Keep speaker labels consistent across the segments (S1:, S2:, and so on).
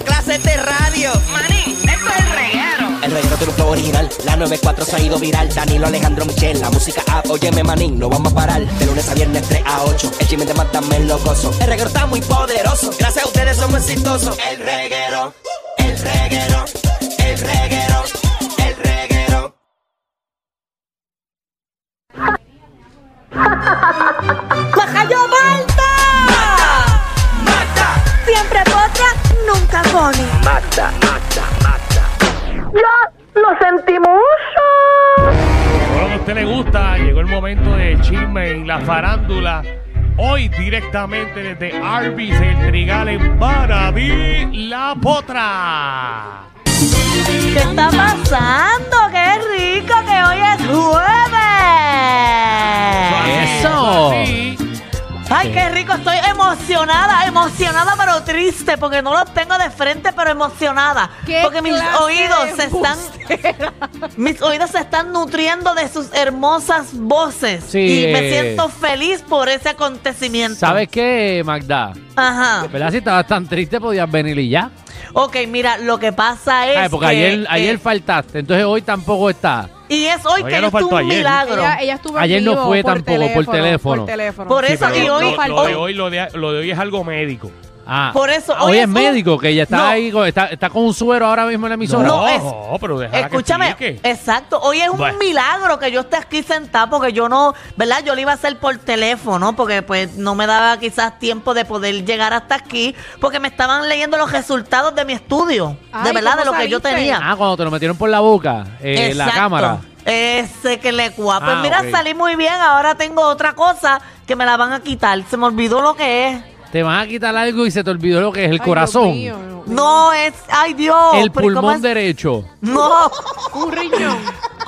S1: clases de radio.
S2: Maní, esto es el reguero.
S1: El reguero tiene un flow original, la 94 se ha ido viral. Danilo Alejandro Michel, la música app. Óyeme manín, no vamos a parar. De lunes a viernes 3 a 8, el chisme de mátame lo gozo. El reguero está muy poderoso, gracias a ustedes somos exitosos. El reguero, el reguero, el reguero, el reguero.
S3: ¡Majayo Malta!
S1: ¡Mata!
S3: Siempre potra, nunca pone.
S1: ¡Mata! ¡Mata! ¡Mata!
S3: ¡Ya lo sentimos!
S4: Bueno, que a usted le gusta, llegó el momento de chisme en la farándula. Hoy directamente desde Arby's, el Trigal en Maraví, La Potra.
S3: ¿Qué está pasando? ¡Qué rico que hoy es jueves!
S4: ¡Eso! así, eso así.
S3: ¡Ay, qué rico! Estoy emocionada, emocionada pero triste porque no los tengo de frente pero emocionada.
S5: ¿Qué
S3: Porque mis
S5: clase
S3: oídos
S5: de
S3: se están... Mis oídos se están nutriendo de sus hermosas voces.
S6: Sí,
S3: Y me
S6: eh.
S3: siento feliz por ese acontecimiento.
S6: ¿Sabes qué, Magda?
S3: Ajá.
S6: ¿Verdad? Si estabas tan triste, podías venir y ya.
S3: Ok, mira, lo que pasa es
S6: Ay, Ah, porque
S3: que,
S6: ayer, ayer
S3: eh,
S6: faltaste, entonces hoy tampoco está.
S3: y es hoy
S4: No,
S3: que
S4: ella no
S3: es un
S4: faltó ayer.
S3: milagro.
S5: Ella, ella estuvo
S6: Ayer
S5: en
S6: no
S5: vivo
S6: fue tampoco, por teléfono.
S5: Por teléfono.
S3: Por eso,
S4: Pero
S3: y
S4: lo-
S3: hoy-
S4: lo,
S3: faltó.
S4: de hoy, lo de, lo de hoy es algo médico.
S6: Ah,
S3: Por eso,
S6: hoy,
S3: hoy
S6: es
S3: es un-
S6: médico, que ya está
S3: No.
S6: ahí, con- está, está con un suero ahora mismo en la emisora.
S3: No, es-
S4: pero déjala
S6: Pues
S4: que
S3: Escúchame, eh,
S4: explique.
S3: exacto. Hoy es un
S4: Bueno.
S3: milagro que yo esté aquí sentada porque yo no, ¿verdad? Yo lo iba a hacer por teléfono porque pues no me daba quizás tiempo de poder llegar hasta aquí porque me estaban leyendo los resultados de mi estudio, de
S5: Ay,
S3: verdad, de lo
S5: ¿cómo
S3: que yo
S5: saliste?
S3: tenía.
S6: Ah, cuando te lo metieron por la boca, eh, la
S3: Exacto.
S6: cámara.
S3: Ese que le cuapa. Pues
S6: Ah,
S3: mira,
S6: ok.
S3: salí muy bien. Ahora tengo otra cosa que me la van a quitar. Se me olvidó lo que es.
S6: Te van a quitar algo y se te olvidó lo que es
S5: Ay,
S6: el corazón,
S5: Dios mío, Dios mío.
S3: No es, ay Dios.
S6: el
S3: pero ¿y cómo
S6: pulmón
S3: es?
S6: derecho,
S3: No.
S5: Un riñón.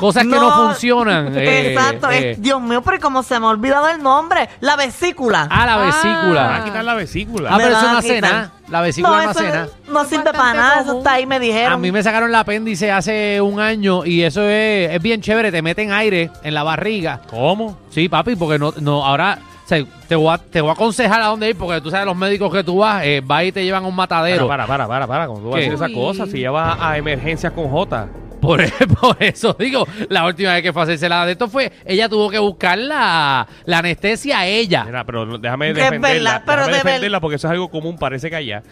S6: cosas que no funcionan. eh,
S3: Exacto.
S6: eh.
S3: es- Dios mío, pero como se me ha olvidado el nombre, la vesícula.
S6: Ah, la
S5: Ah.
S4: Van a
S6: vesícula.
S4: quitar la vesícula.
S6: Ah, pero
S3: Me
S6: eso
S3: van
S6: no
S3: a
S6: hace
S3: quitar.
S6: nada. La vesícula no,
S3: eso
S6: hace nada.
S3: no sirve para
S5: Bastante
S3: nada, eso
S5: común.
S3: está ahí, me dijeron.
S6: A mí me sacaron el apéndice hace un año y eso es, es bien chévere, te meten aire en la barriga.
S4: ¿Cómo?
S6: Sí, papi, porque no, no ahora o sea, te, voy a, te voy a aconsejar a dónde ir porque tú sabes los médicos que tú vas, eh, vas y te llevan a un matadero.
S4: para, para, para, para. ¿Cómo tú vas a
S6: ¿Qué?
S4: hacer esa
S5: Uy.
S4: cosa si ya vas a emergencias con J?
S6: Por, e-, por eso digo, la última vez que fue a hacerse la de esto fue, ella tuvo que buscar la, la anestesia a ella.
S4: Mira, pero no- déjame
S3: Que es
S4: defenderla.
S3: verdad, pero
S4: déjame
S3: de ver-
S4: defenderla porque eso es algo común, parece que allá.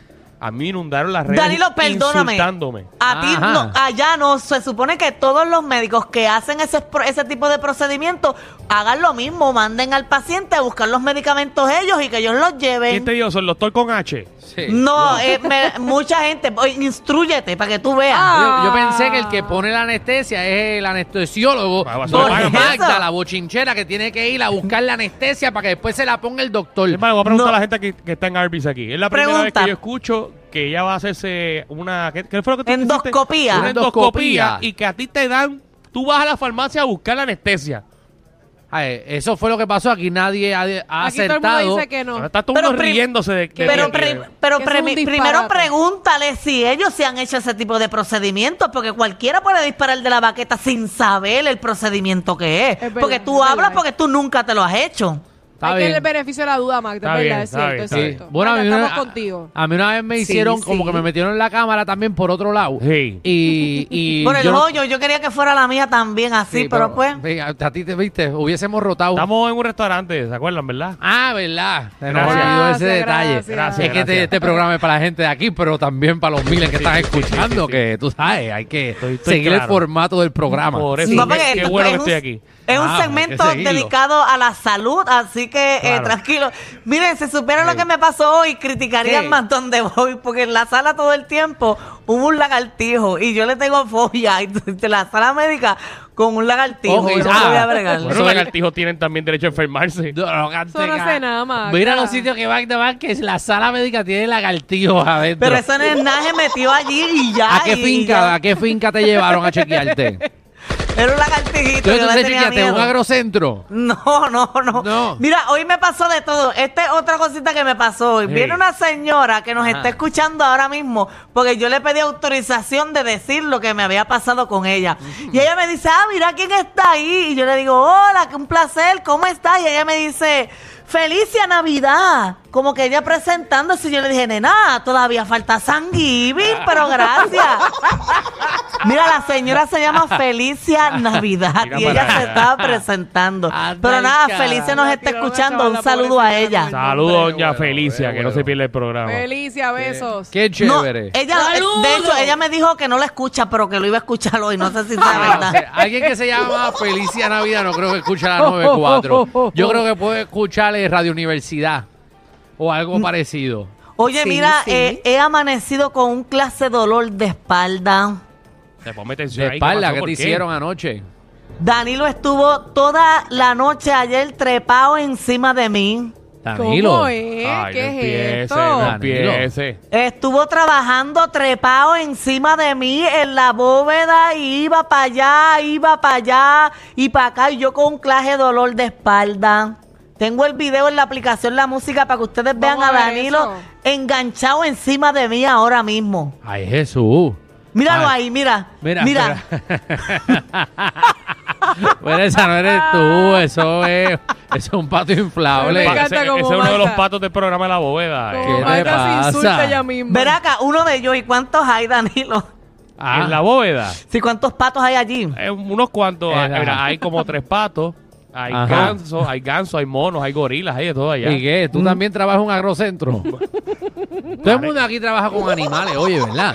S4: A mí inundaron las redes
S3: Danilo, perdóname.
S4: insultándome.
S3: A ti,
S6: Ajá.
S3: no, allá no, se supone que todos los médicos que hacen ese, pro- ese tipo de procedimientos hagan lo mismo, manden al paciente a buscar los medicamentos ellos y que ellos los
S4: ¿Quién
S3: lleven.
S6: este
S4: te dijo? Son los doctor con H.
S6: Sí.
S3: No, eh, me- mucha gente, oye, instruyete para que tú veas.
S6: Yo,
S5: ah.
S6: yo pensé que el que pone la anestesia es el anestesiólogo,
S4: Ah, eso
S6: no
S3: le
S6: la
S3: pagan más.
S6: Magda, la bochinchera que tiene que ir a buscar la anestesia para que después se la ponga el doctor.
S4: Es más, voy a preguntar
S3: No.
S4: a la gente que, que está en Arby's aquí. Es la primera
S3: Pregunta.
S4: vez que yo escucho que ella va a hacerse una... ¿Qué, qué fue lo que tú dijiste?
S3: Endoscopía.
S4: Una endoscopía.
S6: Endoscopía.
S4: Y que a ti te dan... Tú vas a la farmacia a buscar la anestesia.
S6: Ay, eso fue lo que pasó. Aquí nadie ha, ha
S5: Aquí todo el mundo
S6: acertado.
S5: dice que
S4: Ahora
S5: no.
S4: está todo el
S3: Pero
S4: mundo
S3: prim-
S4: riéndose de que...
S3: Pero,
S4: de que-
S3: pri- pero
S5: Que eso es un
S3: premi-
S5: disparate.
S3: primero pregúntale si ellos se han hecho ese tipo de procedimientos, porque cualquiera puede disparar de la baqueta sin saber el procedimiento que es.
S5: Es verdad,
S3: porque tú
S5: es
S3: hablas
S5: verdad.
S3: porque tú nunca te lo has hecho.
S6: Está
S5: Hay que
S6: bien.
S5: darle el beneficio de la duda, Magda.
S4: Está
S5: es
S4: bien,
S5: verdad, es
S4: está
S5: cierto,
S4: bien,
S5: es
S4: está
S6: Sí.
S5: cierto.
S6: Bueno, a
S5: Magda,
S6: mí, una,
S5: estamos contigo.
S6: a mí una vez me
S3: Sí,
S6: hicieron como
S3: sí.
S6: que me metieron la cámara también por otro lado.
S4: Sí.
S6: Y, y
S3: Por el
S6: yo no-
S3: hoyo, yo quería que fuera la mía también así,
S6: Sí,
S3: pero, pues.
S6: sí, a, a ti te viste, hubiésemos rotado.
S4: Estamos en un restaurante, ¿se acuerdan, verdad?
S6: Ah, verdad. Se nos
S4: Gracias.
S6: olvidó ese
S5: Gracias,
S6: detalle.
S5: gracias.
S4: Gracias,
S6: Es que este,
S4: gracias.
S6: este programa es para la gente de aquí, pero también para los miles que
S4: Sí,
S6: están
S4: sí, sí,
S6: escuchando,
S4: sí, sí.
S6: que tú sabes, hay que
S4: Estoy- estoy
S6: seguir el
S4: claro.
S6: formato del programa.
S4: Por eso,
S3: No,
S4: qué,
S3: porque
S4: qué
S3: esto
S4: bueno
S3: es
S4: que
S3: un-
S4: estoy aquí.
S3: Es un
S6: Ah, hay que
S3: segmento
S6: seguirlo.
S3: dedicado a la salud, así que eh,
S4: Claro.
S3: tranquilo. Miren, si supieran
S6: Sí.
S3: lo que me pasó hoy, criticarían
S6: ¿Qué?
S3: más donde voy, porque en la sala todo el tiempo hubo un lagartijo y yo le tengo fobia y de la sala médica con un lagartijo.
S6: Ok,
S3: y no
S6: ah,
S3: podía bregar.
S4: Bueno, los lagartijos tienen también derecho a enfermarse.
S6: Drogante,
S5: Eso no hace
S6: cara.
S5: nada, Magda.
S6: Mira los sitios que van de van, que es la sala médica tiene lagartijos adentro.
S3: Pero ese nenaje metió allí y ya.
S6: ¿A qué
S3: y
S6: finca,
S3: ya.
S6: a qué finca te llevaron a chequearte?
S3: Era un lagartijito.
S6: ¿Tú
S3: yo le tenía
S6: te chequeaste? ¿Un
S3: miedo.
S6: agrocentro?
S3: No, no, no,
S6: No.
S3: Mira, hoy me pasó de todo. Esta es otra cosita que me pasó hoy.
S6: Sí.
S3: Viene una señora que nos
S6: Ajá.
S3: está escuchando ahora mismo porque yo le pedí autorización de decir lo que me había pasado con ella. Y ella me dice, ah, mira quién está ahí. Y yo le digo, hola, qué un placer, ¿cómo estás? Y ella me dice, Felicia Navidad. Como que ella presentándose, y yo le dije, nena, todavía falta sanguivin, pero gracias. Mira, la señora se llama Felicia Navidad
S4: Mira
S3: y ella
S4: para
S3: se
S4: allá.
S3: estaba presentando.
S6: Anda
S3: Pero
S6: el
S3: nada,
S6: carajo.
S3: Felicia nos está
S5: Tiraron a
S3: escuchando.
S5: chavala,
S3: Un saludo a
S5: pobrecita,
S3: ella.
S5: Fernanda.
S4: Saludos,
S6: Hombre,
S4: doña
S6: bueno,
S4: Felicia,
S6: hombre,
S4: que no
S6: bueno.
S4: se pierda el programa.
S5: Felicia, besos.
S6: Qué
S3: No,
S6: chévere.
S3: ella, eh, de hecho, ella me dijo que no la escucha, pero que lo iba a escuchar hoy. No sé si es
S6: Ah, o sea,
S3: verdad.
S6: alguien que se llama Felicia Navidad no creo que escuche la 94. Yo creo que puede escuchar eh, Radio Universidad o
S3: Mm.
S6: algo parecido.
S3: Oye,
S5: Sí,
S3: mira,
S5: sí.
S3: eh, he amanecido con un clase dolor de espalda.
S4: Te ponme tensión
S6: De
S4: ahí,
S6: espalda,
S4: pasó?
S6: ¿qué
S4: ¿Por
S6: te hicieron anoche?
S3: Danilo estuvo toda la noche ayer trepado encima de mí.
S6: Danilo.
S5: ¿Cómo es?
S4: Ay,
S5: ¿Qué
S4: no empiece,
S5: es
S4: no
S5: esto?
S6: Danilo.
S4: empiece.
S3: Estuvo trabajando trepado encima de mí en la bóveda y iba para allá, iba para allá y para acá. Y yo con un claje de dolor de espalda. Tengo el video en la aplicación La Música para que ustedes vean
S5: Vamos
S3: a
S5: a ver
S3: Danilo
S5: eso.
S3: enganchado encima de mí ahora mismo.
S6: Ay, Jesús.
S3: Míralo
S6: Ay.
S3: ahí, mira.
S6: Mira,
S3: Mira.
S6: pero- Pero esa no eres tú, eso es, eso es un pato inflable.
S5: Me
S4: Pa-
S5: encanta
S4: ese,
S5: cómo
S4: ese es uno de los
S5: Magda.
S4: patos del programa La Bóveda. eh.
S6: ¿Qué te
S5: Como Magda se
S6: pasa?
S5: insulta ella misma.
S3: Ver acá, uno de ellos. ¿Y cuántos hay, Danilo?
S6: Ah,
S4: En La Bóveda,
S3: Sí, ¿cuántos patos hay allí?
S4: eh, unos cuantos.
S6: Era.
S4: hay- mira, hay como tres patos. Hay
S6: Ajá.
S4: gansos, hay gansos, hay monos, hay gorilas, hay de todo allá.
S6: ¿Y qué? ¿Tú también trabajas en un agrocentro? Todo el mundo aquí trabaja con animales, oye, ¿verdad?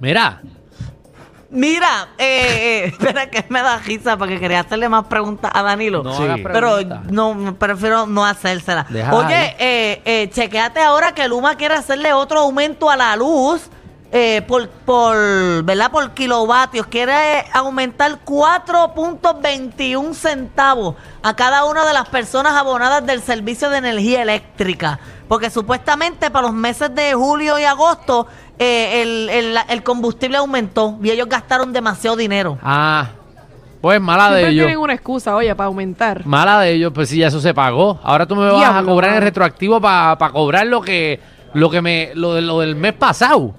S6: Mira,
S3: Mira, eh, eh, espera que me da risa porque quería hacerle más preguntas a Danilo.
S6: no
S4: Sí.
S6: hagas
S3: Pero
S6: preguntas.
S3: no, prefiero no hacérsela.
S6: Déjala ahí.
S3: Oye, eh, eh, chequeate ahora que Luma quiere hacerle otro aumento a la luz eh, por, por, ¿verdad? Por kilovatios. Quiere aumentar 4.21 centavos a cada una de las personas abonadas del servicio de energía eléctrica. Porque supuestamente para los meses de julio y agosto eh, el, el- el combustible aumentó y ellos gastaron demasiado dinero.
S6: Ah, pues mala de
S5: Siempre
S6: ellos.
S5: tienen una excusa, oye, para aumentar.
S6: Mala de ellos, pues sí, ya eso se pagó. Ahora tú me vas a
S5: Diablo,
S6: cobrar en
S5: mano.
S6: retroactivo para cobrar lo que lo que me lo, de- lo del mes pasado.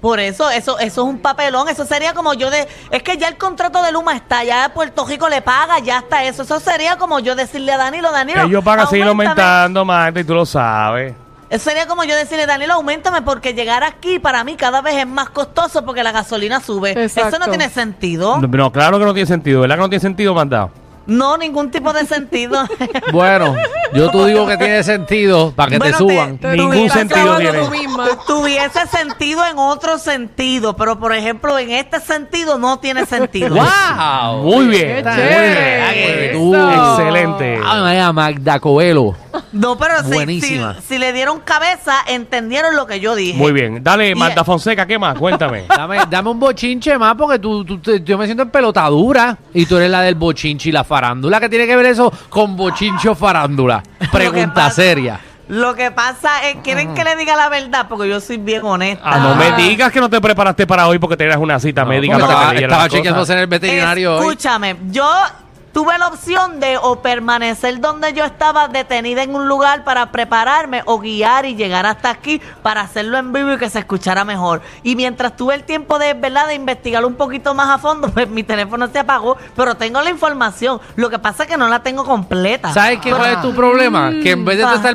S3: Por eso, eso, eso es un papelón. Eso sería como yo de. Es que ya el contrato de Luma está, ya Puerto Rico le paga, ya está eso. Eso sería como yo decirle a Danilo, Danilo.
S4: Ellos van a seguir
S3: auméntame".
S4: aumentando, Magda, y tú lo sabes.
S3: Eso sería como yo decirle, Danilo, aumentame, porque llegar aquí para mí cada vez es más costoso porque la gasolina sube. Eso no
S5: Exacto.
S3: tiene sentido.
S4: No, No, claro que no tiene sentido, ¿verdad que no tiene sentido, Magda?
S3: No, ningún tipo de sentido.
S6: Bueno, yo tú digo que tiene sentido para que
S3: Bueno,
S6: te suban.
S5: Te- te
S4: Ningún
S5: estás
S4: sentido
S5: clavando
S4: tiene.
S5: tú misma.
S3: Tuviese sentido en otro sentido, pero por ejemplo, en este sentido no tiene sentido.
S6: ¡Wow!
S4: Muy bien.
S5: Qué
S4: muy
S5: chévere.
S4: bien,
S6: Eso.
S4: muy bien. Excelente.
S6: Ay, María Magda Coelho.
S3: No, pero si-
S6: Buenísima.
S3: Si, si le dieron cabeza, entendieron lo que yo dije.
S4: Muy bien. Dale,
S3: Y-
S4: Magda Fonseca, ¿qué más? Cuéntame.
S6: Dame, dame un bochinche más porque tú, tú- tú- yo me siento en pelotadura y tú eres la del bochinche y la farándula. ¿Qué tiene que ver eso con bochinche o farándula?
S3: Lo que
S6: Pregunta
S3: pasa-
S6: seria.
S3: Lo que pasa es, quieren que le diga la verdad, porque yo soy bien honesta.
S4: Ah, no me
S5: Ah.
S4: digas que no te preparaste para hoy porque tenías una cita
S6: No,
S4: médica
S6: porque
S4: para que
S6: estaba,
S4: te leyeran
S6: estaba
S4: las cosas.
S6: chequeándose en el veterinario hoy.
S3: Escúchame, yo tuve la opción de o permanecer donde yo estaba detenida en un lugar para prepararme o guiar y llegar hasta aquí para hacerlo en vivo y que se escuchara mejor. Y mientras tuve el tiempo de, ¿verdad?, de investigarlo un poquito más a fondo, pues mi teléfono se apagó, pero tengo la información. Lo que pasa es que no la tengo completa.
S6: ¿Sabes qué cuál es tu problema? Que en vez de tú
S3: Ah.
S6: estar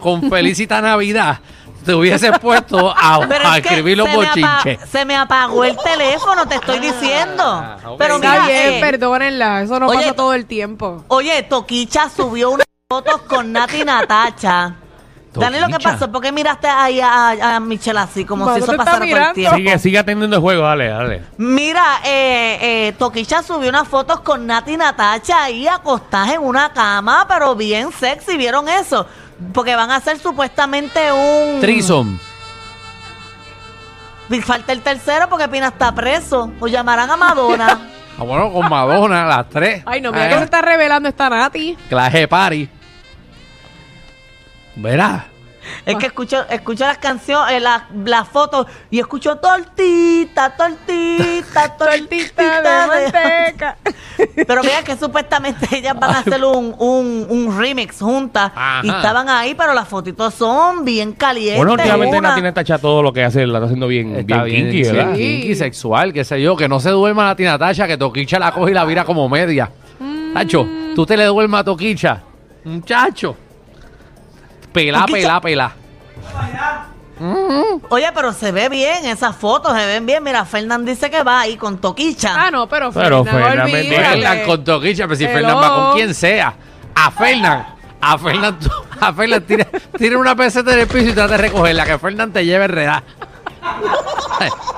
S6: con Felicita Navidad, te hubieses puesto a,
S3: Pero
S6: Oh, a
S3: es que
S6: escribir los
S3: se me apa-
S6: bochinches. Ah,
S3: se me apagó el teléfono, te estoy diciendo.
S6: ok.
S3: Pero
S5: Está
S3: mira,
S5: bien,
S3: eh,
S5: perdónenla. Eso no
S3: Oye,
S5: pasa
S3: to-
S5: todo el tiempo.
S3: oye, Toquicha subió unas fotos con Nati Natacha. Dani, lo que
S6: Toquicha.
S3: pasó, ¿por qué miraste ahí a, a- a Michelle así, como si
S5: Bueno, te
S3: eso
S5: está
S3: pasara por el
S5: mirando.
S3: tiempo?
S4: Sigue, sigue atendiendo el juego, dale, dale.
S3: Mira, eh, eh, Toquicha subió unas fotos con Nati Natacha ahí acostadas en una cama, pero bien sexy, ¿vieron eso? Porque van a hacer supuestamente un...
S6: Trison.
S3: Y Falta el tercero porque Pina está preso. O llamarán a Madonna.
S6: Ah, bueno, con Madonna, las tres.
S5: Ay, no, mira
S6: Ah,
S5: que se está revelando esta Nati.
S6: Clase party. Verá.
S3: es que escucho, escucho las canciones, eh, las, las fotos y escucho tortita, tortita,
S5: Tortita de manteca.
S3: Pero mira que supuestamente ellas van a hacer un, un, un remix juntas.
S6: Ajá.
S3: Y estaban ahí, pero las fotitos son bien calientes.
S4: Bueno, últimamente
S3: una-
S4: Natina Tacha todo lo que hace, la está haciendo bien,
S6: Está
S4: Mm, bien,
S6: bien,
S4: kinky,
S6: sí,
S4: ¿verdad?
S6: kinky, sexual, qué sé yo. Que no se duerma la tinatacha, que Toquicha la coge y la vira como media.
S5: Mm.
S6: Tacho, tú te le duermas a Toquicha. Muchacho. Pelá,
S3: Toquicha.
S6: pelá, pelá.
S3: Oye, pero se ve bien, esas fotos se ven bien. Mira, Fernán dice que va ahí con Toquicha.
S5: Ah, no, pero
S4: Pero Fernan me
S5: olvídate.
S4: Fíjate.
S6: Fernan con Toquicha, pero si
S5: Hello.
S6: Fernan va con quien sea. A Fernan. A Fernan, tú- a Fernan tira, tira una peseta en el piso y trata de recogerla, que Fernan te lleve enredada.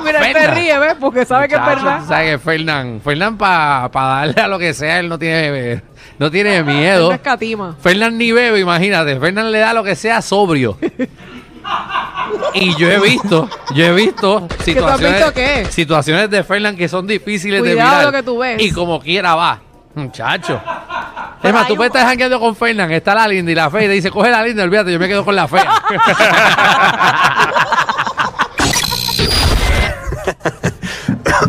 S5: Mira, él te
S6: Fernan.
S5: ríe, ¿ves? Porque sabe que es
S6: Muchacho,
S5: verdad.
S6: tú Sabes que Fernán, Fernán para darle a lo que sea, él no tiene, no tiene
S5: Él
S6: miedo.
S5: no escatima.
S6: Fernán ni bebe, imagínate. Fernán le da lo que sea sobrio. Y yo he visto, yo he visto
S5: tú has
S6: situaciones,
S5: visto qué?
S6: situaciones de Fernán que son difíciles
S5: Cuidado
S6: de mirar.
S5: lo que tú ves.
S6: Y como quiera va, muchacho.
S3: Pero
S6: es más,
S3: hay
S6: tú
S3: un-
S6: puedes estar jangueando con Fernán, está la linda y la fea, y te dice, coge la linda, olvídate, yo me quedo con la fea.
S4: Ay,